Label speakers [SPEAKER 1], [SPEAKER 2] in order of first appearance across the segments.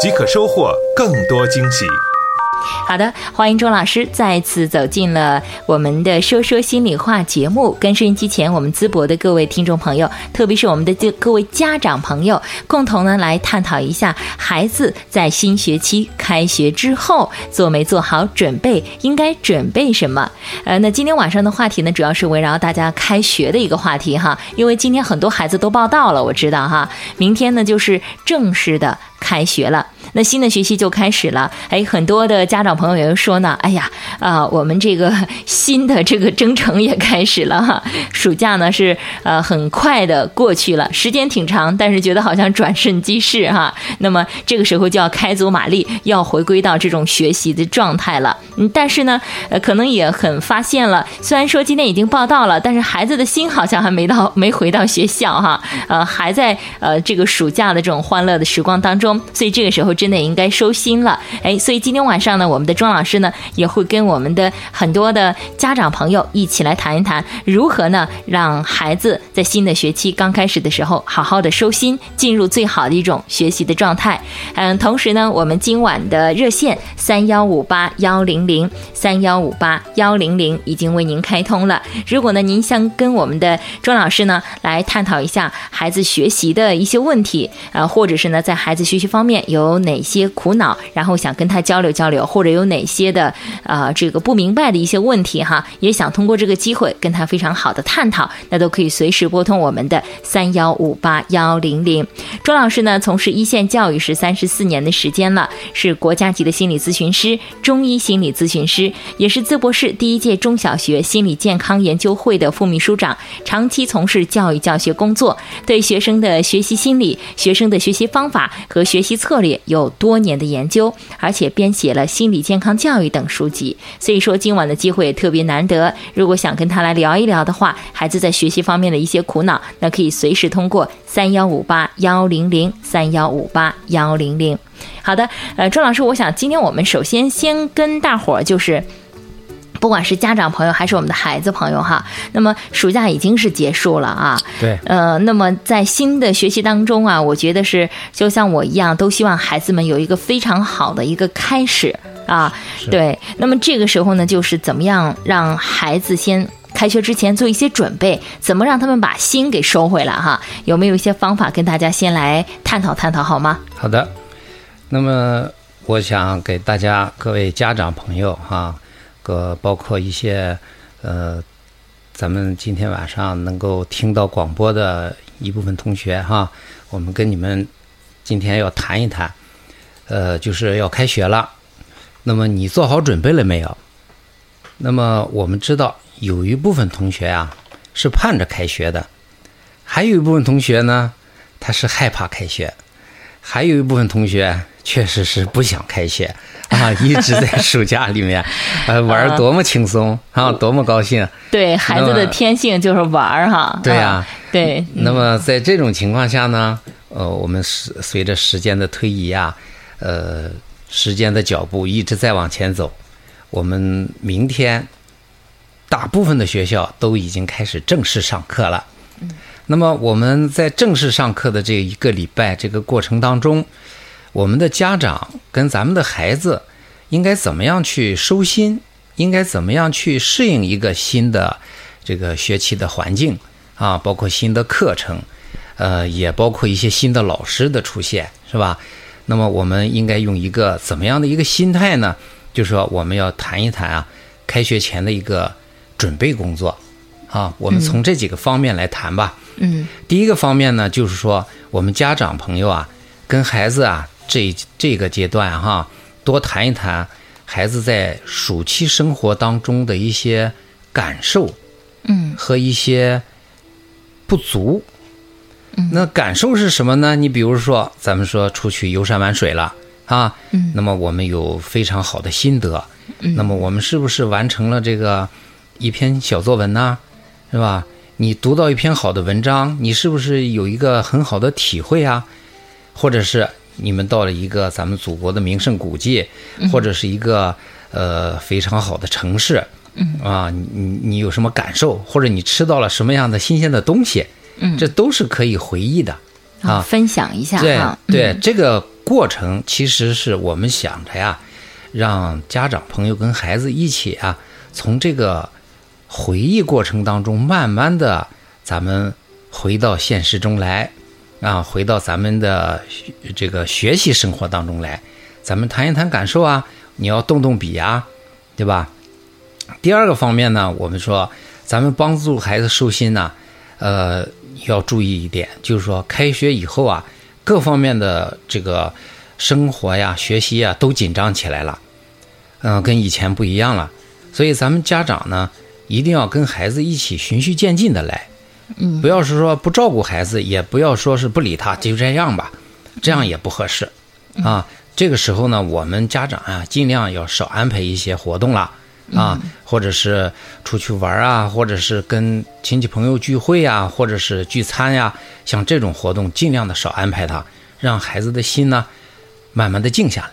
[SPEAKER 1] 即可收获更多惊喜。
[SPEAKER 2] 好的，欢迎钟老师再次走进了我们的《说说心里话》节目，跟收音机前我们淄博的各位听众朋友，特别是我们的这各位家长朋友，共同呢来探讨一下孩子在新学期开学之后做没做好准备，应该准备什么？呃，那今天晚上的话题呢，主要是围绕大家开学的一个话题哈，因为今天很多孩子都报到了，我知道哈，明天呢就是正式的开学了。那新的学期就开始了，哎，很多的家长朋友也就说呢，哎呀，啊、呃，我们这个新的这个征程也开始了哈，暑假呢是呃很快的过去了，时间挺长，但是觉得好像转瞬即逝哈。那么这个时候就要开足马力，要回归到这种学习的状态了。嗯，但是呢，呃，可能也很发现了，虽然说今天已经报道了，但是孩子的心好像还没到，没回到学校哈，呃，还在呃这个暑假的这种欢乐的时光当中，所以这个时候。真的也应该收心了，哎，所以今天晚上呢，我们的庄老师呢也会跟我们的很多的家长朋友一起来谈一谈，如何呢让孩子在新的学期刚开始的时候好好的收心，进入最好的一种学习的状态。嗯，同时呢，我们今晚的热线三幺五八幺零零三幺五八幺零零已经为您开通了。如果呢您想跟我们的庄老师呢来探讨一下孩子学习的一些问题，呃，或者是呢在孩子学习方面有哪哪些苦恼，然后想跟他交流交流，或者有哪些的呃这个不明白的一些问题哈，也想通过这个机会跟他非常好的探讨，那都可以随时拨通我们的三幺五八幺零零。钟老师呢从事一线教育是三十四年的时间了，是国家级的心理咨询师，中医心理咨询师，也是淄博市第一届中小学心理健康研究会的副秘书长，长期从事教育教学工作，对学生的学习心理、学生的学习方法和学习策略有。有多年的研究，而且编写了《心理健康教育》等书籍，所以说今晚的机会特别难得。如果想跟他来聊一聊的话，孩子在学习方面的一些苦恼，那可以随时通过三幺五八幺零零三幺五八幺零零。好的，呃，周老师，我想今天我们首先先跟大伙儿就是。不管是家长朋友还是我们的孩子朋友哈，那么暑假已经是结束了啊。
[SPEAKER 3] 对，
[SPEAKER 2] 呃，那么在新的学习当中啊，我觉得是就像我一样，都希望孩子们有一个非常好的一个开始啊。对，那么这个时候呢，就是怎么样让孩子先。开学之前做一些准备，怎么让他们把心给收回来哈？有没有一些方法跟大家先来探讨探讨好吗？
[SPEAKER 3] 好的，那么我想给大家各位家长朋友哈。个包括一些，呃，咱们今天晚上能够听到广播的一部分同学哈，我们跟你们今天要谈一谈，呃，就是要开学了，那么你做好准备了没有？那么我们知道有一部分同学啊是盼着开学的，还有一部分同学呢他是害怕开学，还有一部分同学。确实是不想开学啊，一直在暑假里面，呃，玩多么轻松啊，多么高兴。
[SPEAKER 2] 对孩子的天性就是玩儿哈。
[SPEAKER 3] 对呀、
[SPEAKER 2] 啊，对。
[SPEAKER 3] 那么在这种情况下呢，呃，我们是随着时间的推移啊，呃，时间的脚步一直在往前走。我们明天大部分的学校都已经开始正式上课了。那么我们在正式上课的这一个礼拜这个过程当中。我们的家长跟咱们的孩子应该怎么样去收心？应该怎么样去适应一个新的这个学期的环境啊？包括新的课程，呃，也包括一些新的老师的出现，是吧？那么我们应该用一个怎么样的一个心态呢？就是说我们要谈一谈啊，开学前的一个准备工作啊。我们从这几个方面来谈吧。
[SPEAKER 2] 嗯，
[SPEAKER 3] 第一个方面呢，就是说我们家长朋友啊，跟孩子啊。这这个阶段哈、啊，多谈一谈孩子在暑期生活当中的一些感受，
[SPEAKER 2] 嗯，
[SPEAKER 3] 和一些不足。
[SPEAKER 2] 嗯，
[SPEAKER 3] 那感受是什么呢？你比如说，咱们说出去游山玩水了，啊，嗯，那么我们有非常好的心得，嗯，那么我们是不是完成了这个一篇小作文呢？是吧？你读到一篇好的文章，你是不是有一个很好的体会啊？或者是你们到了一个咱们祖国的名胜古迹，或者是一个呃非常好的城市，嗯啊，你你你有什么感受？或者你吃到了什么样的新鲜的东西？嗯，这都是可以回忆的。
[SPEAKER 2] 嗯
[SPEAKER 3] 啊嗯
[SPEAKER 2] 分享一下
[SPEAKER 3] 对
[SPEAKER 2] 哈，
[SPEAKER 3] 对，这个过程其实是我们想着呀，让家长朋友跟孩子一起啊，从这个回忆过程当中，慢慢的咱们回到现实中来，啊，回到咱们的学这个学习生活当中来，咱们谈一谈感受啊，你要动动笔啊，对吧？第二个方面呢，我们说，咱们帮助孩子收心呢、呃，要注意一点，就是说，开学以后啊，各方面的这个生活呀、学习呀都紧张起来了，嗯、跟以前不一样了。所以咱们家长呢，一定要跟孩子一起循序渐进的来，嗯，不要是说不照顾孩子，也不要说是不理他，就这样吧，这样也不合适，啊，这个时候呢，我们家长啊，尽量要少安排一些活动啦，啊，或者是出去玩啊，或者是跟亲戚朋友聚会啊，或者是聚餐呀、像这种活动，尽量的少安排它，让孩子的心呢，慢慢的静下来，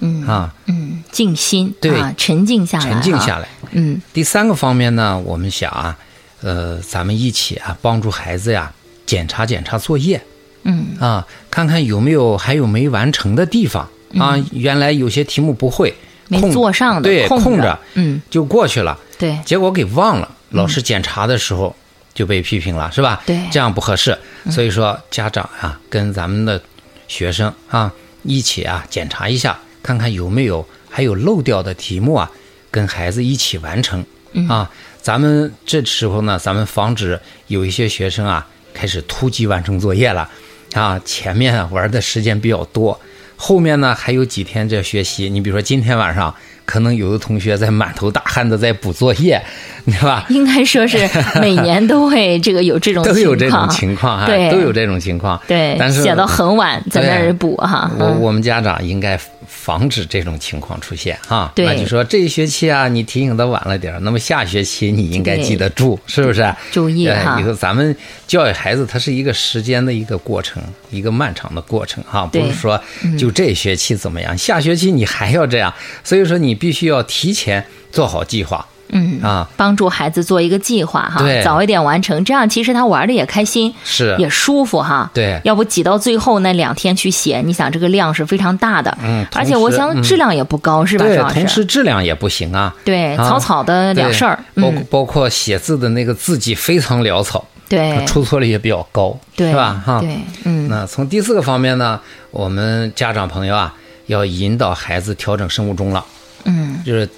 [SPEAKER 3] 嗯啊，
[SPEAKER 2] 嗯静心，
[SPEAKER 3] 对
[SPEAKER 2] 啊，沉静下来，
[SPEAKER 3] 沉静下
[SPEAKER 2] 来，
[SPEAKER 3] 来。
[SPEAKER 2] 嗯
[SPEAKER 3] 第三个方面呢，我们想啊，呃，咱们一起啊，帮助孩子呀，检查检查作业，
[SPEAKER 2] 嗯
[SPEAKER 3] 啊，看看有没有还有没完成的地方啊。原来有些题目不会，
[SPEAKER 2] 嗯没
[SPEAKER 3] 空
[SPEAKER 2] 做上的
[SPEAKER 3] 对，
[SPEAKER 2] 空着
[SPEAKER 3] 空着，
[SPEAKER 2] 嗯，
[SPEAKER 3] 就过去了。
[SPEAKER 2] 对，
[SPEAKER 3] 结果给忘了，老师检查的时候就被批评了，是吧？
[SPEAKER 2] 对
[SPEAKER 3] 这样不合适。所以说，家长啊，跟咱们的学生啊一起啊检查一下，看看有没有还有漏掉的题目啊，跟孩子一起完成啊。咱们这时候呢，咱们防止有一些学生啊开始突击完成作业了啊，前面啊玩的时间比较多。后面呢还有几天这学习，你比如说今天晚上，可能有的同学在满头大汗的在补作业，对吧？
[SPEAKER 2] 应该说 是每年都会这个有这种
[SPEAKER 3] 都有这种
[SPEAKER 2] 况
[SPEAKER 3] 情况哈，
[SPEAKER 2] 对
[SPEAKER 3] 都有这种情况。
[SPEAKER 2] 对，
[SPEAKER 3] 但是
[SPEAKER 2] 写到很晚在那
[SPEAKER 3] 对
[SPEAKER 2] 儿补哈，
[SPEAKER 3] 我
[SPEAKER 2] 嗯
[SPEAKER 3] 我们家长应该防止这种情况出现哈。
[SPEAKER 2] 对
[SPEAKER 3] 那就说这一学期啊，你提醒的晚了点儿，那么下学期你应该
[SPEAKER 2] 对
[SPEAKER 3] 记得住，是不是？
[SPEAKER 2] 注意
[SPEAKER 3] 呃
[SPEAKER 2] 哈
[SPEAKER 3] 以后咱们教育孩子，它是一个时间的一个过程，一个漫长的过程哈，不
[SPEAKER 2] 对嗯
[SPEAKER 3] 是说就这学期怎么样，下学期你还要这样，所以说你必须要提前做好计划。嗯啊，
[SPEAKER 2] 帮助孩子做一个计划哈
[SPEAKER 3] 对，
[SPEAKER 2] 早一点完成，这样其实他玩的也开心，
[SPEAKER 3] 是
[SPEAKER 2] 也舒服哈。
[SPEAKER 3] 对
[SPEAKER 2] 要不挤到最后那两天去写，你想这个量是非常大的，
[SPEAKER 3] 嗯同
[SPEAKER 2] 而且我
[SPEAKER 3] 时
[SPEAKER 2] 想质量也不高，是吧，
[SPEAKER 3] 对
[SPEAKER 2] 周，老
[SPEAKER 3] 同
[SPEAKER 2] 师？
[SPEAKER 3] 时质量也不行啊。
[SPEAKER 2] 对，
[SPEAKER 3] 啊
[SPEAKER 2] 草草的
[SPEAKER 3] 对
[SPEAKER 2] 了事儿，
[SPEAKER 3] 包括
[SPEAKER 2] 嗯，
[SPEAKER 3] 包括写字的那个字迹非常潦草，
[SPEAKER 2] 对，
[SPEAKER 3] 出错率也比较高，
[SPEAKER 2] 对
[SPEAKER 3] 是吧？哈，
[SPEAKER 2] 对，嗯，
[SPEAKER 3] 那从第四个方面呢，我们家长朋友啊，要引导孩子调整生物钟了，
[SPEAKER 2] 嗯，
[SPEAKER 3] 就是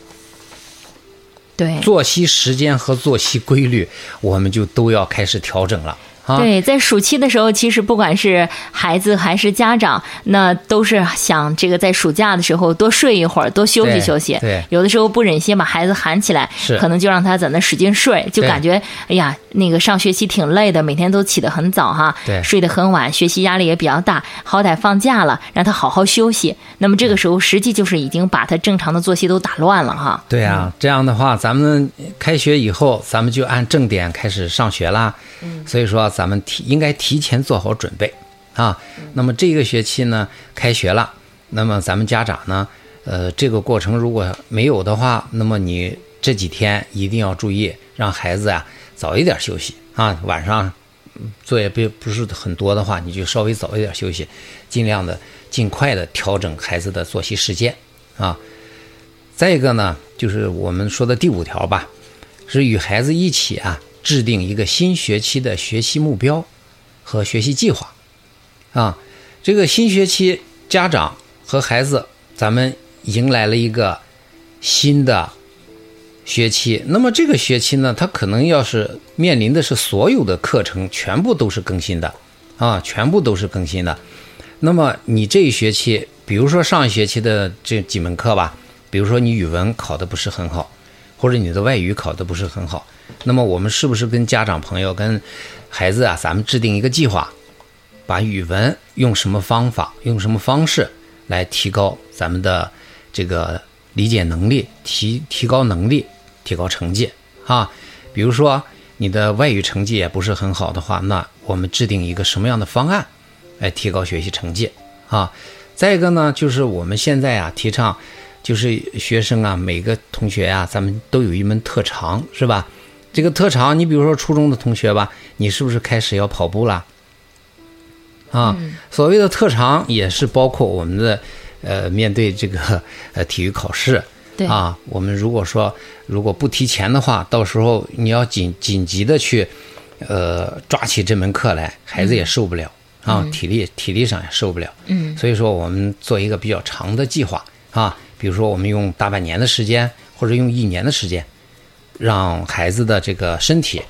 [SPEAKER 2] 对。
[SPEAKER 3] 作息时间和作息规律，我们就都要开始调整了啊。
[SPEAKER 2] 对，在暑期的时候，其实不管是孩子还是家长，那都是想这个在暑假的时候多睡一会儿，多休息
[SPEAKER 3] 对
[SPEAKER 2] 休息。
[SPEAKER 3] 对
[SPEAKER 2] 有的时候不忍心把孩子喊起来
[SPEAKER 3] 是，
[SPEAKER 2] 可能就让他在那使劲睡，就
[SPEAKER 3] 对
[SPEAKER 2] 感觉哎呀，那个上学期挺累的，每天都起得很早哈，
[SPEAKER 3] 对
[SPEAKER 2] 睡得很晚，学习压力也比较大。好歹放假了，让他好好休息。那么这个时候，实际就是已经把他正常的作息都打乱了哈。
[SPEAKER 3] 对啊，这样的话，咱们开学以后，咱们就按正点开始上学啦。嗯，所以说咱们提应该提前做好准备啊。那么这个学期呢，开学了，那么咱们家长呢，呃，这个过程如果没有的话，那么你这几天一定要注意，让孩子啊早一点休息啊，晚上作业不不是很多的话，你就稍微早一点休息，尽量的尽快的调整孩子的作息时间啊。再一个呢，就是我们说的第五条吧，是与孩子一起啊制定一个新学期的学习目标和学习计划啊。这个新学期，家长和孩子，咱们迎来了一个新的学期。那么这个学期呢，它可能要是面临的是所有的课程全部都是更新的啊，全部都是更新的。那么你这一学期，比如说上一学期的这几门课吧，比如说你语文考得不是很好，或者你的外语考得不是很好，那么我们是不是跟家长朋友、跟孩子啊，咱们制定一个计划，把语文用什么方法、用什么方式来提高咱们的这个理解能力，提提高能力，提高成绩啊。比如说你的外语成绩也不是很好的话，那我们制定一个什么样的方案来提高学习成绩啊？再一个呢，就是我们现在啊提倡，就是学生啊每个同学啊，咱们都有一门特长，是吧？这个特长，你比如说初中的同学吧，你是不是开始要跑步啦？啊，
[SPEAKER 2] 嗯
[SPEAKER 3] 所谓的特长也是包括我们的，呃，面对这个呃体育考试，
[SPEAKER 2] 对
[SPEAKER 3] 啊，我们如果说如果不提前的话，到时候你要紧紧急的去，呃，抓起这门课来，孩子也受不了、啊，体力体力上也受不了，
[SPEAKER 2] 嗯，
[SPEAKER 3] 所以说我们做一个比较长的计划啊，比如说我们用大半年的时间，或者用一年的时间，让孩子的这个身体，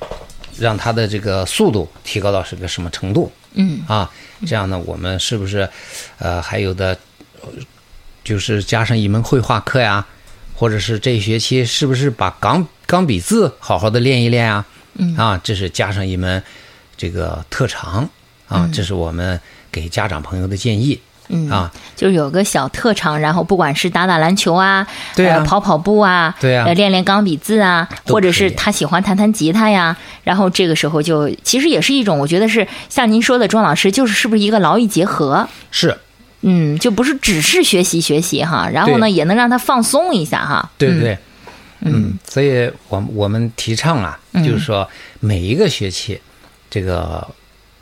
[SPEAKER 3] 让他的这个速度提高到是个什么程度？
[SPEAKER 2] 嗯
[SPEAKER 3] 啊，这样呢，我们是不是，呃，还有的，呃就是加上一门绘画课呀，或者是这一学期是不是把钢钢笔字好好的练一练啊？嗯啊，这是加上一门这个特长啊，这是我们给家长朋友的建议。嗯啊，
[SPEAKER 2] 就是有个小特长，然后不管是打打篮球啊，
[SPEAKER 3] 对啊
[SPEAKER 2] 呃跑跑步啊，
[SPEAKER 3] 对啊
[SPEAKER 2] 呃练练钢笔字啊，
[SPEAKER 3] 都
[SPEAKER 2] 或者
[SPEAKER 3] 可
[SPEAKER 2] 是
[SPEAKER 3] 以
[SPEAKER 2] 他喜欢弹弹吉他呀，然后这个时候就其实也是一种，我觉得是像您说的庄老师，就是是不是一个劳逸结合？
[SPEAKER 3] 是
[SPEAKER 2] 嗯，就不是只是学习学习哈，然后呢
[SPEAKER 3] 对
[SPEAKER 2] 也能让他放松一下哈。
[SPEAKER 3] 对对，嗯，所以我们我们提倡啊，就是说每一个学期，这个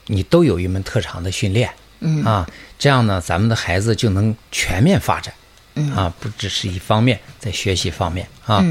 [SPEAKER 3] 你都有一门特长的训练，嗯啊，这样呢，咱们的孩子就能全面发展，嗯啊，不只是一方面，在学习方面啊，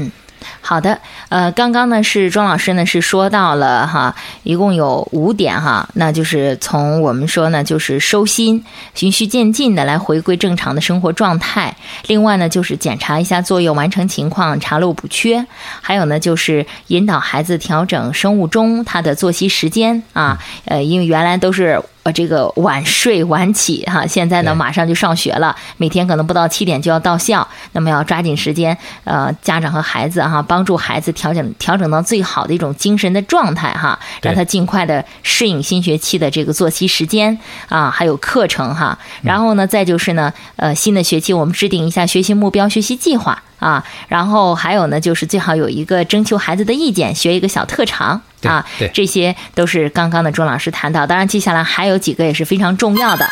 [SPEAKER 2] 好的，呃，刚刚呢是庄老师呢是说到了哈，一共有五点哈，那就是从我们说呢就是收心，循序渐进的来回归正常的生活状态。另外呢就是检查一下作业完成情况，查漏补缺。还有呢就是引导孩子调整生物钟他的作息时间啊，呃，因为原来都是。呃，这个晚睡晚起哈，现在呢
[SPEAKER 3] 对
[SPEAKER 2] 马上就上学了，每天可能不到七点就要到校，那么要抓紧时间，呃，家长和孩子哈、帮助孩子调整调整到最好的一种精神的状态哈、让
[SPEAKER 3] 对
[SPEAKER 2] 他尽快的适应新学期的这个作息时间啊，还有课程哈、
[SPEAKER 3] 嗯
[SPEAKER 2] 然后呢，再就是呢，呃，新的学期我们制定一下学习目标、学习计划啊，然后还有呢，就是最好有一个征求孩子的意见，学一个小特长
[SPEAKER 3] 对
[SPEAKER 2] 啊
[SPEAKER 3] 对，
[SPEAKER 2] 这些都是刚刚的钟老师谈到，当然接下来还有几个也是非常重要的。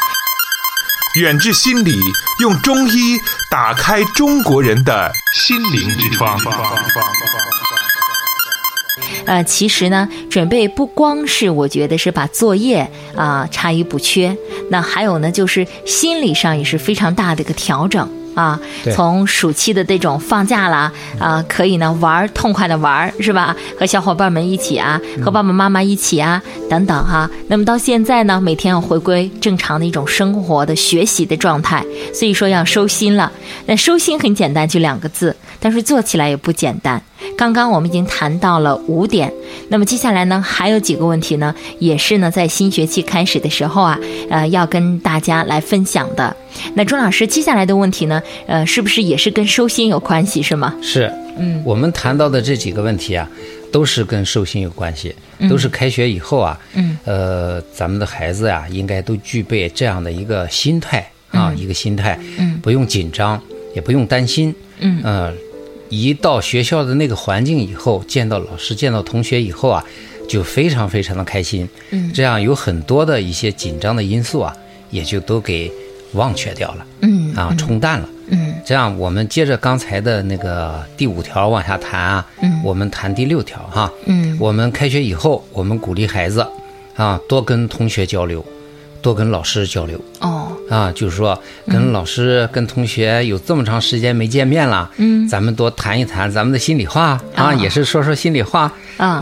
[SPEAKER 1] 远至心理，用中医打开中国人的心灵之窗。
[SPEAKER 2] 呃，其实呢，准备不光是我觉得是把作业啊、差一补缺，那还有呢，就是心理上也是非常大的一个调整。啊，
[SPEAKER 3] 对
[SPEAKER 2] 从暑期的这种放假啦，啊，可以呢玩儿，痛快的玩儿，是吧？和小伙伴们一起啊，和爸爸妈妈一起啊，等等哈、那么到现在呢，每天要回归正常的一种生活的学习的状态，所以说要收心了。那收心很简单，就两个字，但是做起来也不简单。刚刚我们已经谈到了五点，那么接下来呢，还有几个问题呢，也是呢在新学期开始的时候啊，呃，要跟大家来分享的。那钟老师接下来的问题呢，呃，是不是也是跟收心有关系，是吗？
[SPEAKER 3] 是，嗯，我们谈到的这几个问题啊，都是跟受薪有关系，都是开学以后啊，嗯，呃，咱们的孩子啊，应该都具备这样的一个心态啊，一个心态，嗯，不用紧张，也不用担心，嗯，呃，一到学校的那个环境以后，见到老师、见到同学以后啊，就非常非常的开心，嗯，这样有很多的一些紧张的因素啊，也就都给忘却掉了，
[SPEAKER 2] 嗯
[SPEAKER 3] 啊，冲淡了。
[SPEAKER 2] 嗯
[SPEAKER 3] 这样，我们接着刚才的那个第五条往下谈啊，嗯，我们谈第六条哈、
[SPEAKER 2] 嗯
[SPEAKER 3] 我们开学以后，我们鼓励孩子啊，多跟同学交流，多跟老师交流
[SPEAKER 2] 哦，
[SPEAKER 3] 啊，就是说跟老师、跟同学有这么长时间没见面了，嗯，咱们多谈一谈咱们的心里话啊，
[SPEAKER 2] 啊
[SPEAKER 3] 也是说说心里话
[SPEAKER 2] 啊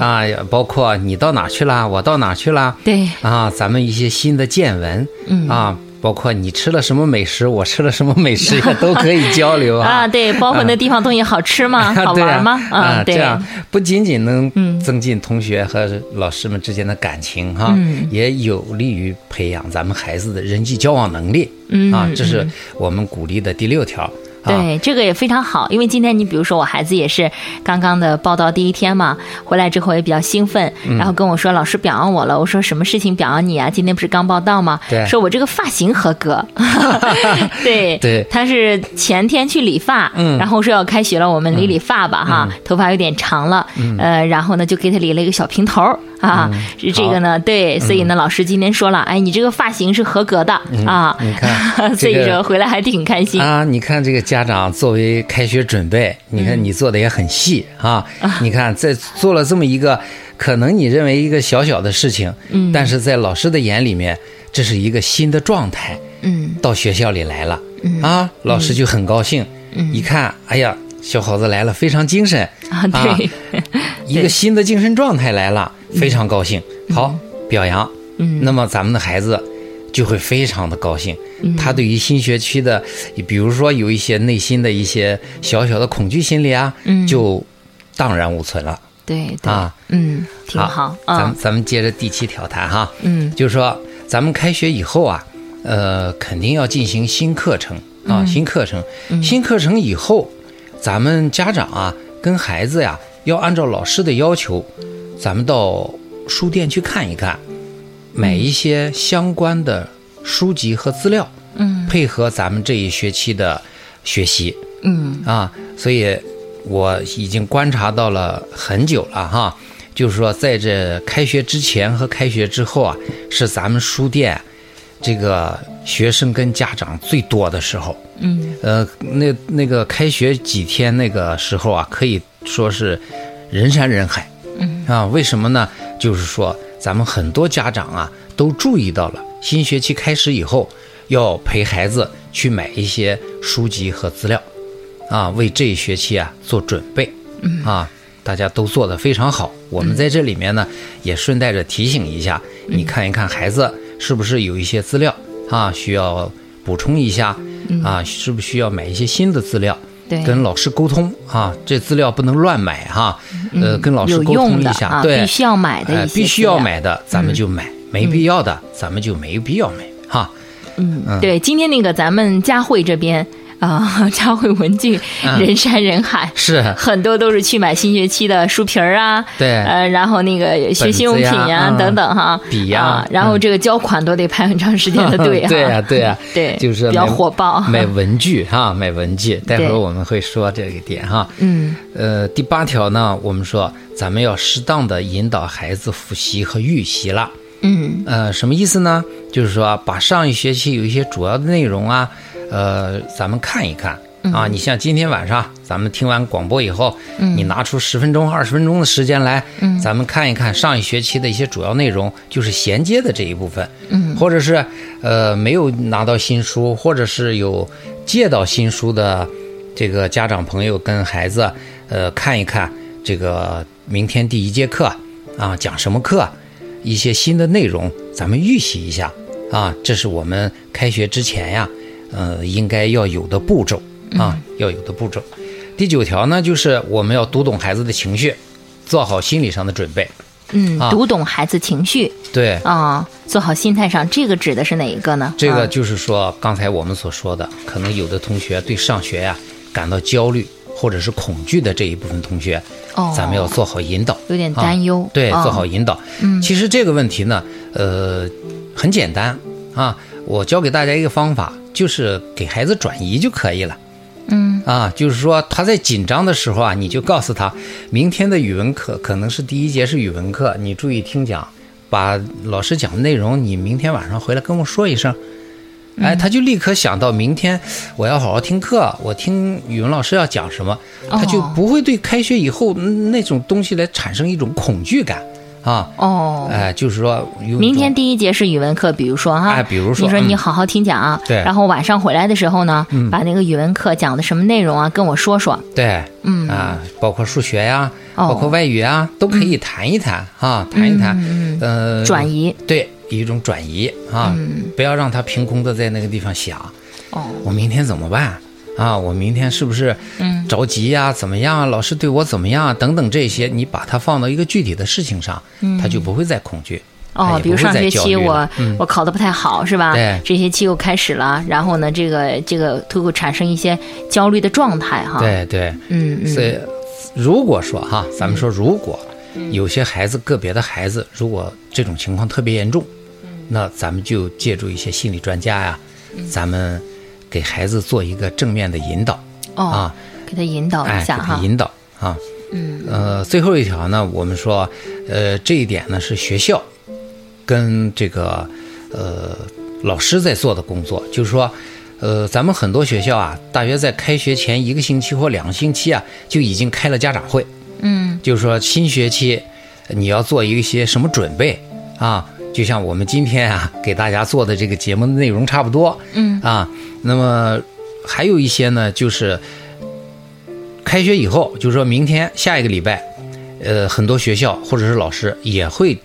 [SPEAKER 3] 包括你到哪去啦，我到哪去啦，
[SPEAKER 2] 对，
[SPEAKER 3] 啊，咱们一些新的见闻，嗯啊，包括你吃了什么美食，我吃了什么 美食，也都可以交流啊。
[SPEAKER 2] 啊，对，包括那地方东西好吃吗？好
[SPEAKER 3] 对啊
[SPEAKER 2] 玩吗？
[SPEAKER 3] 啊，
[SPEAKER 2] 对嗯
[SPEAKER 3] 这，样不仅仅能增进同学和老师
[SPEAKER 2] 嗯
[SPEAKER 3] 们之间的感情哈，也有利于培养咱们孩子的人际交往能力
[SPEAKER 2] 嗯
[SPEAKER 3] 啊，这是我们鼓励的第六条啊。
[SPEAKER 2] 对，这个也非常好，因为今天你比如说我孩子也是刚刚的报道第一天嘛，回来之后也比较兴奋，
[SPEAKER 3] 嗯
[SPEAKER 2] 然后跟我说老师表扬我了，我说什么事情表扬你啊？今天不是刚报道吗？
[SPEAKER 3] 对
[SPEAKER 2] 说我这个发型合 格。对，
[SPEAKER 3] 对
[SPEAKER 2] 他是前天去理发，
[SPEAKER 3] 嗯
[SPEAKER 2] 然后说要开学了，我们理理发吧哈，头发有点长了，
[SPEAKER 3] 嗯
[SPEAKER 2] 呃，然后呢就给他理了一个小平头儿啊，是这个呢，对，所以
[SPEAKER 3] 嗯
[SPEAKER 2] 呢老师今天说了，哎，你这个发型是合格的啊，
[SPEAKER 3] 你看
[SPEAKER 2] 所以
[SPEAKER 3] 嗯这个
[SPEAKER 2] 说回来还挺开心。
[SPEAKER 3] 啊，你看这个家长作为开学准备，你看你做的也很细啊。你看在做了这么一个，可能你认为一个小小的事情，嗯，但是在老师的眼里面，这是一个新的状态，
[SPEAKER 2] 嗯，
[SPEAKER 3] 到学校里来了，啊，老师就很高兴，一看，哎呀，小伙子来了，非常精神
[SPEAKER 2] 啊， 对，
[SPEAKER 3] 一个新的精神状态来了，非常高兴。好，表扬。嗯，那么咱们的孩子就会非常的高兴。他对于新学期的，比如说有一些内心的一些小小的恐惧心理啊，就荡然无存了
[SPEAKER 2] 对对，
[SPEAKER 3] 啊。
[SPEAKER 2] 嗯，挺好，
[SPEAKER 3] 咱们
[SPEAKER 2] 嗯
[SPEAKER 3] 咱们接着第七条谈哈。
[SPEAKER 2] 嗯
[SPEAKER 3] 就是说咱们开学以后啊，呃，肯定要进行新课程啊，
[SPEAKER 2] 嗯
[SPEAKER 3] 新课程，新课程以后，咱们家长啊跟孩子呀，要按照老师的要求，咱们到书店去看一看，
[SPEAKER 2] 嗯
[SPEAKER 3] 买一些相关的书籍和资料，嗯，配合咱们这一学期的学习，
[SPEAKER 2] 嗯
[SPEAKER 3] 啊，所以我已经观察到了很久了哈，就是说在这开学之前和开学之后啊，是咱们书店这个学生跟家长最多的时候。
[SPEAKER 2] 嗯，
[SPEAKER 3] 呃，那那个开学几天那个时候啊，可以说是人山人海。嗯啊，为什么呢？就是说咱们很多家长啊都注意到了，新学期开始以后，要陪孩子去买一些书籍和资料，啊，为这一学期啊做准备。嗯啊。大家都做得非常好，我
[SPEAKER 2] 嗯
[SPEAKER 3] 们在这里面呢，也顺带着提醒一下，你看一看孩子是不是有一些资料啊需要补充一下，啊，是不是需要买一些新的资料？
[SPEAKER 2] 嗯对
[SPEAKER 3] 跟老师沟通啊，这资料不能乱买哈、呃，跟老师
[SPEAKER 2] 嗯有
[SPEAKER 3] 沟
[SPEAKER 2] 用
[SPEAKER 3] 通
[SPEAKER 2] 的
[SPEAKER 3] 一下，
[SPEAKER 2] 啊，
[SPEAKER 3] 对，
[SPEAKER 2] 必须要买的
[SPEAKER 3] 哎
[SPEAKER 2] 一些，嗯
[SPEAKER 3] 必须要。买的咱们就买，没必要的咱们就没必要买哈。
[SPEAKER 2] 嗯
[SPEAKER 3] 嗯
[SPEAKER 2] 对，今天那个咱们佳慧这边啊， 佳慧文具
[SPEAKER 3] 嗯
[SPEAKER 2] 人山人海。
[SPEAKER 3] 是，
[SPEAKER 2] 很多都是去买新学期的书皮儿啊，
[SPEAKER 3] 对
[SPEAKER 2] 呃，然后那个学习用品
[SPEAKER 3] 本子呀嗯
[SPEAKER 2] 等等哈，
[SPEAKER 3] 笔呀嗯
[SPEAKER 2] 啊然后这个交款都得排很长时间 的队哈，啊
[SPEAKER 3] 对呀对啊呀
[SPEAKER 2] 对，
[SPEAKER 3] 就是
[SPEAKER 2] 哎比较
[SPEAKER 3] 买
[SPEAKER 2] 火爆，
[SPEAKER 3] 买文具哈，买文具，待会
[SPEAKER 2] 对
[SPEAKER 3] 儿我们会说这个点哈。
[SPEAKER 2] 嗯，
[SPEAKER 3] 呃，第八条呢，我们说咱们要适当的引导孩子复习和预习了。
[SPEAKER 2] 嗯
[SPEAKER 3] 呃，什么意思呢？就是说把上一学期有一些主要的内容啊，呃，咱们看一看啊。你像今天晚上咱们听完广播以后，你拿出十分钟、二十分钟的时间来，咱们看一看上一学期的一些主要内容，就是衔接的这一部分，嗯，或者是呃没有拿到新书，或者是有借到新书的这个家长朋友跟孩子，呃，看一看这个明天第一节课啊讲什么课。一些新的内容，咱们预习一下啊。这是我们开学之前呀，呃，应该要有的步骤
[SPEAKER 2] 嗯
[SPEAKER 3] 啊，要有的步骤。第九条呢，就是我们要读懂孩子的情绪，做好心理上的准备。
[SPEAKER 2] 嗯，
[SPEAKER 3] 啊
[SPEAKER 2] 读懂孩子情绪
[SPEAKER 3] 对，
[SPEAKER 2] 啊，做好心态上，这个指的是哪一个呢？
[SPEAKER 3] 这
[SPEAKER 2] 啊
[SPEAKER 3] 个就是说刚才我们所说的，可能有的同学对上学呀、感到焦虑或者是恐惧的这一部分同学，
[SPEAKER 2] 哦
[SPEAKER 3] 咱们要做好引导。
[SPEAKER 2] 有点担忧，
[SPEAKER 3] 啊对，
[SPEAKER 2] 啊
[SPEAKER 3] 做好引导。其实这个问题呢，呃，很简单啊，我教给大家一个方法，就是给孩子转移就可以了。嗯啊，就是说他在紧张的时候啊，你就告诉他，明天的语文课可能是第一节是语文课，你注意听讲，把老师讲的内容，你明天晚上回来跟我说一声。
[SPEAKER 2] 嗯
[SPEAKER 3] 哎，他就立刻想到明天我要好好听课，我听语文老师要讲什么，他就
[SPEAKER 2] 哦
[SPEAKER 3] 不会对开学以后嗯那种东西来产生一种恐惧感啊。
[SPEAKER 2] 哦。
[SPEAKER 3] 哎，就是说有一种，
[SPEAKER 2] 明天第一节是语文课，比如说哈，
[SPEAKER 3] 哎比如说
[SPEAKER 2] 你说
[SPEAKER 3] 嗯
[SPEAKER 2] 你好好听讲啊，
[SPEAKER 3] 对嗯
[SPEAKER 2] 然后晚上回来的时候呢，把那个语文课讲的什么内容啊，跟我说说，
[SPEAKER 3] 对，
[SPEAKER 2] 嗯
[SPEAKER 3] 啊，包括数学呀、
[SPEAKER 2] 哦嗯
[SPEAKER 3] 包括外语啊，都可以谈一谈啊，谈一谈，呃，
[SPEAKER 2] 转移
[SPEAKER 3] 对，一种转移啊，
[SPEAKER 2] 嗯
[SPEAKER 3] 不要让他凭空的在那个地方想，
[SPEAKER 2] 哦，
[SPEAKER 3] 我明天怎么办啊？我明天是不是
[SPEAKER 2] 嗯
[SPEAKER 3] 着急呀、怎么样啊？老师
[SPEAKER 2] 嗯
[SPEAKER 3] 对我怎么样啊？等等这些，你把它放到一个具体的事情上，他就不会再恐惧
[SPEAKER 2] 哦，比如上学期我、我考的不太好是吧？
[SPEAKER 3] 嗯对
[SPEAKER 2] 这学期又开始了，然后呢，这个这个会会产生一些焦虑的状态哈。，
[SPEAKER 3] 对对，
[SPEAKER 2] 啊嗯嗯，
[SPEAKER 3] 所以如果说哈，咱们说如果有些孩子个别的孩子，如果这种情况特别严重，
[SPEAKER 2] 嗯
[SPEAKER 3] 那咱们就借助一些心理专家呀，咱们给孩子做一个正面的引导
[SPEAKER 2] 哦，
[SPEAKER 3] 啊，
[SPEAKER 2] 给他引导
[SPEAKER 3] 哎，
[SPEAKER 2] 一
[SPEAKER 3] 给
[SPEAKER 2] 下
[SPEAKER 3] 他
[SPEAKER 2] 哈。
[SPEAKER 3] 引导啊。嗯，呃，最后一条呢，我们说，呃，这一点呢是学校跟这个呃老师在做的工作，就是说，呃，咱们很多学校啊，大约在开学前一个星期或两个星期啊，就已经开了家长会。
[SPEAKER 2] 嗯，
[SPEAKER 3] 就是说新学期你要做一些什么准备啊？就像我们今天啊给大家做的这个节目内容差不多，嗯啊，那么还有一些呢，就是开学以后，就是说明天下一个礼拜，呃，很多学校或者是老师也会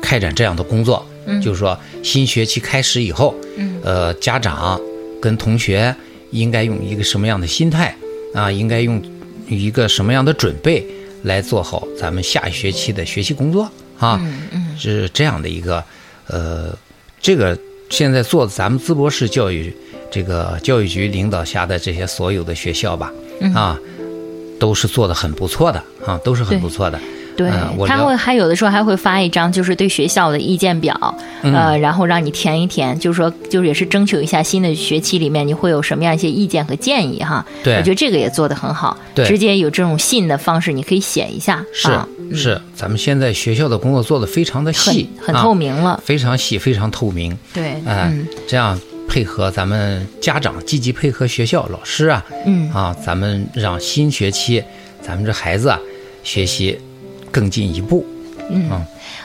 [SPEAKER 3] 开展这样的工作，嗯、就是说新学期开始以后，嗯、呃，家长跟同学应该用一个什么样的心态啊，应该用一个什么样的准备来做好咱们下一学期的学习工作啊，是这样的一个呃，这个现在做咱们淄博市教育这个教育局领导下的这些所有的学校吧，啊。都是做的很不错的啊，都是很
[SPEAKER 2] 对
[SPEAKER 3] 不错的。
[SPEAKER 2] 对
[SPEAKER 3] 嗯，我
[SPEAKER 2] 他
[SPEAKER 3] 了
[SPEAKER 2] 会还有的时候还会发一张就是对学校的意见表，
[SPEAKER 3] 嗯
[SPEAKER 2] 呃，然后让你填一填，就是说就是也是征求一下新的学期里面你会有什么样一些意见和建议哈。
[SPEAKER 3] 对
[SPEAKER 2] 我觉得这个也做得很好，
[SPEAKER 3] 对
[SPEAKER 2] 直接有这种信的方式，你可以写一下，
[SPEAKER 3] 是、
[SPEAKER 2] 啊、
[SPEAKER 3] 是，咱们现在学校的工作做的非常的
[SPEAKER 2] 很
[SPEAKER 3] 细，
[SPEAKER 2] 很透、明了
[SPEAKER 3] 啊，，非常细，非常透明。
[SPEAKER 2] 对，
[SPEAKER 3] 哎、
[SPEAKER 2] 嗯
[SPEAKER 3] 这样配合咱们家长积极配合学校老师啊，
[SPEAKER 2] 嗯
[SPEAKER 3] 啊，咱们让新学期咱们这孩子啊学习更进一步。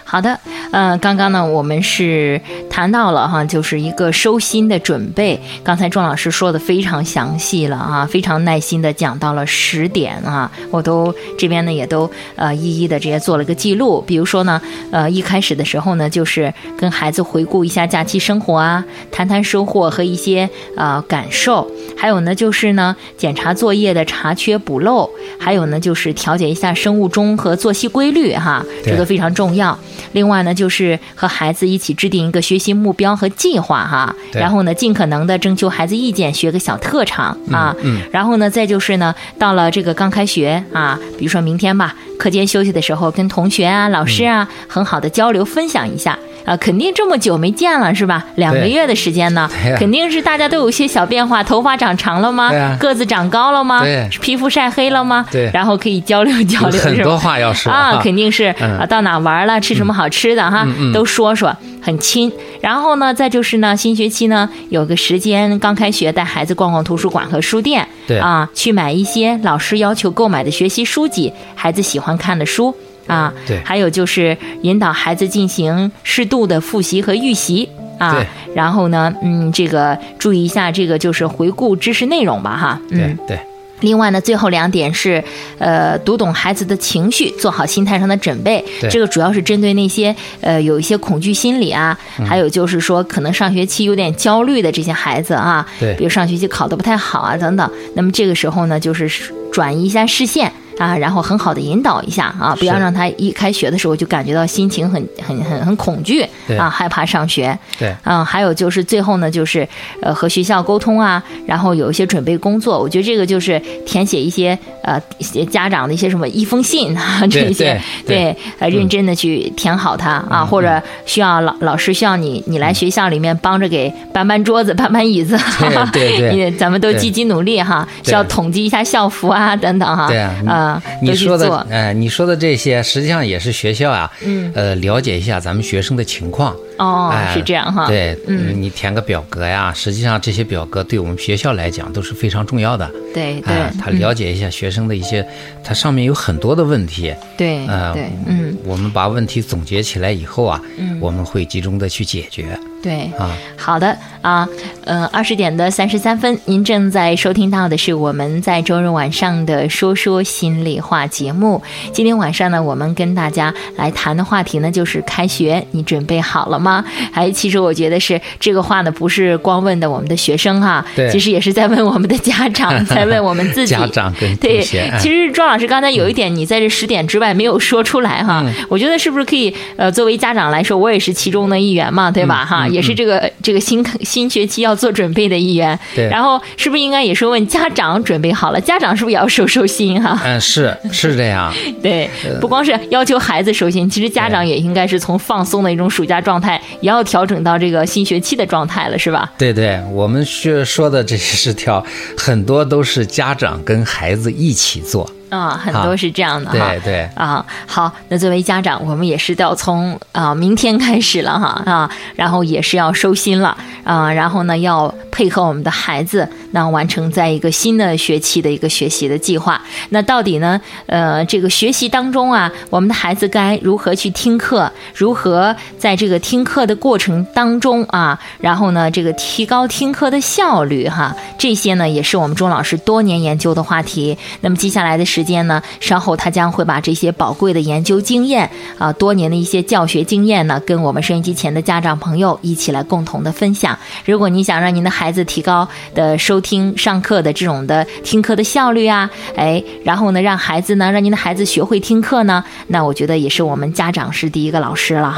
[SPEAKER 2] 好的，呃，刚刚呢，我们是谈到了哈，就是一个收心的准备。刚才钟老师说的非常详细了啊，非常耐心的讲到了十点啊，我都这边呢也都呃一一的直接做了个记录。比如说呢，呃，一开始的时候呢，就是跟孩子回顾一下假期生活啊，谈谈收获和一些呃感受。还有呢，就是呢，检查作业的查缺补漏，还有呢，就是调节一下生物钟和作息规律哈，
[SPEAKER 3] 对
[SPEAKER 2] 这个非常重要。另外呢，就是和孩子一起制定一个学习目标和计划哈，
[SPEAKER 3] 对
[SPEAKER 2] 然后呢，尽可能的征求孩子意见，学个小特长啊。
[SPEAKER 3] 嗯
[SPEAKER 2] 然后呢，再就是呢，到了这个刚开学啊，比如说明天吧，课间休息的时候，跟同学啊、老师啊，
[SPEAKER 3] 嗯
[SPEAKER 2] 很好的交流分享一下。啊，肯定这么久没见了是吧？两个
[SPEAKER 3] 对
[SPEAKER 2] 月的时间呢
[SPEAKER 3] 对，呀
[SPEAKER 2] 肯定是大家都有一些小变化，头发长长了吗
[SPEAKER 3] 对呀？
[SPEAKER 2] 个子长高了吗
[SPEAKER 3] 对？
[SPEAKER 2] 皮肤晒黑了吗？
[SPEAKER 3] 对
[SPEAKER 2] 然后可以交流交
[SPEAKER 3] 有
[SPEAKER 2] 流，
[SPEAKER 3] 很
[SPEAKER 2] 是吧
[SPEAKER 3] 多话要说
[SPEAKER 2] 啊，
[SPEAKER 3] 哈
[SPEAKER 2] 肯定是
[SPEAKER 3] 嗯
[SPEAKER 2] 啊，到哪玩了，吃什么好吃的哈，都说说，很亲。然后呢，再就是呢，新学期呢有个时间，刚开学带孩子逛逛图书馆和书店，
[SPEAKER 3] 对
[SPEAKER 2] 啊，去买一些老师要求购买的学习书籍，孩子喜欢看的书。啊，
[SPEAKER 3] 对
[SPEAKER 2] 还有就是引导孩子进行适度的复习和预习啊
[SPEAKER 3] 对，
[SPEAKER 2] 然后呢，嗯，这个注意一下，这个就是回顾知识内容吧，哈，嗯，
[SPEAKER 3] 对对
[SPEAKER 2] 另外呢，最后两点是，呃，读懂孩子的情绪，做好心态上的准备。
[SPEAKER 3] 对
[SPEAKER 2] 这个主要是针对那些呃有一些恐惧心理啊，
[SPEAKER 3] 嗯
[SPEAKER 2] 还有就是说可能上学期有点焦虑的这些孩子啊，
[SPEAKER 3] 对
[SPEAKER 2] 比如上学期考得不太好啊等等。那么这个时候呢，就是转移一下视线。啊，然后很好的引导一下啊，不要
[SPEAKER 3] 是
[SPEAKER 2] 让他一开学的时候就感觉到心情很很很很恐惧
[SPEAKER 3] 对
[SPEAKER 2] 啊，害怕上学。
[SPEAKER 3] 对
[SPEAKER 2] 嗯，还有就是最后呢，就是呃和学校沟通啊，然后有一些准备工作，我觉得这个就是填写一些呃一些家长的一些什么一封信啊，这
[SPEAKER 3] 对
[SPEAKER 2] 些
[SPEAKER 3] 对嗯对
[SPEAKER 2] 呃认真的去填好它啊，或者需要老老师需要你你
[SPEAKER 3] 嗯
[SPEAKER 2] 来学校里面帮着给搬搬桌子、搬搬椅子，
[SPEAKER 3] 对对对
[SPEAKER 2] 你咱们都
[SPEAKER 3] 对
[SPEAKER 2] 积极努力哈，需
[SPEAKER 3] 对
[SPEAKER 2] 要统计一下校服啊等等哈，
[SPEAKER 3] 对啊你
[SPEAKER 2] 啊，
[SPEAKER 3] 你
[SPEAKER 2] 都去
[SPEAKER 3] 说的
[SPEAKER 2] 做，
[SPEAKER 3] 哎、你说的这些，实际上也是学校啊，嗯，呃，了解一下咱们学生的情况，
[SPEAKER 2] 哦
[SPEAKER 3] 哎，
[SPEAKER 2] 是这样哈，
[SPEAKER 3] 对，嗯，你填个表格呀，实际上这些表格对我们学校来讲都是非常重要的。
[SPEAKER 2] 对嗯对
[SPEAKER 3] 哎，他了解一下学生的一些，它上面有很多的问题。
[SPEAKER 2] 对
[SPEAKER 3] 呃
[SPEAKER 2] 对，嗯。
[SPEAKER 3] 我们把问题总结起来以后啊，我们会集中的去解决。
[SPEAKER 2] 对
[SPEAKER 3] 啊，
[SPEAKER 2] 好的啊，呃，二十点的三十三分，您正在收听到的是我们在周日晚上的《说说心里话》节目。今天晚上呢，我们跟大家来谈的话题呢，就是开学，你准备好了吗？吗？哎，其实我觉得是这个话呢，不是光问的我们的学生哈，
[SPEAKER 3] 对
[SPEAKER 2] 其实也是在问我们的家 长，在问我们自己。
[SPEAKER 3] 家长跟
[SPEAKER 2] 对
[SPEAKER 3] 同学，，哎
[SPEAKER 2] 其实庄老师刚才有一点，你在这十点之外没有说出来哈，
[SPEAKER 3] 嗯
[SPEAKER 2] 我觉得是不是可以呃，作为家长来说，我也是其中的一员
[SPEAKER 3] 嗯
[SPEAKER 2] 嘛，对吧？哈，也是这个这个新新学期要做准备的一员。
[SPEAKER 3] 对
[SPEAKER 2] 然后是不是应该也是问家长准备好了？家长是不是也要收收心 哈、
[SPEAKER 3] 嗯，是是这样，
[SPEAKER 2] 对，
[SPEAKER 3] 嗯
[SPEAKER 2] 不光是要求孩子收心，其实家长也应该是从放松的一种暑假状态，也要调整到这个新学期的状态了，是吧？
[SPEAKER 3] 对对，我们学说的这些十条，很多都是家长跟孩子一起做，
[SPEAKER 2] 啊、很多
[SPEAKER 3] 好
[SPEAKER 2] 是这样的哈。
[SPEAKER 3] 对对，
[SPEAKER 2] 啊，好，那作为家长，我们也是要从啊、明天开始了哈啊，然后也是要收心了啊，然后呢要配合我们的孩子，那完成在一个新的学期的一个学习的计划。那到底呢，呃，这个学习当中啊，我们的孩子该如何去听课，如何在这个听课的过程当中啊，然后呢这个提高听课的效率哈，这些呢也是我们钟老师多年研究的话题。那么接下来的时间呢，稍后他将会把这些宝贵的研究经验啊，多年的一些教学经验呢，跟我们收音机前的家长朋友一起来共同的分享。如果你想让您的孩子提高的收听上课的这种的听课的效率啊，哎，然后呢，让孩子呢，让您的孩子学会听课呢，那我觉得也是我们家长是第一个老师了哈。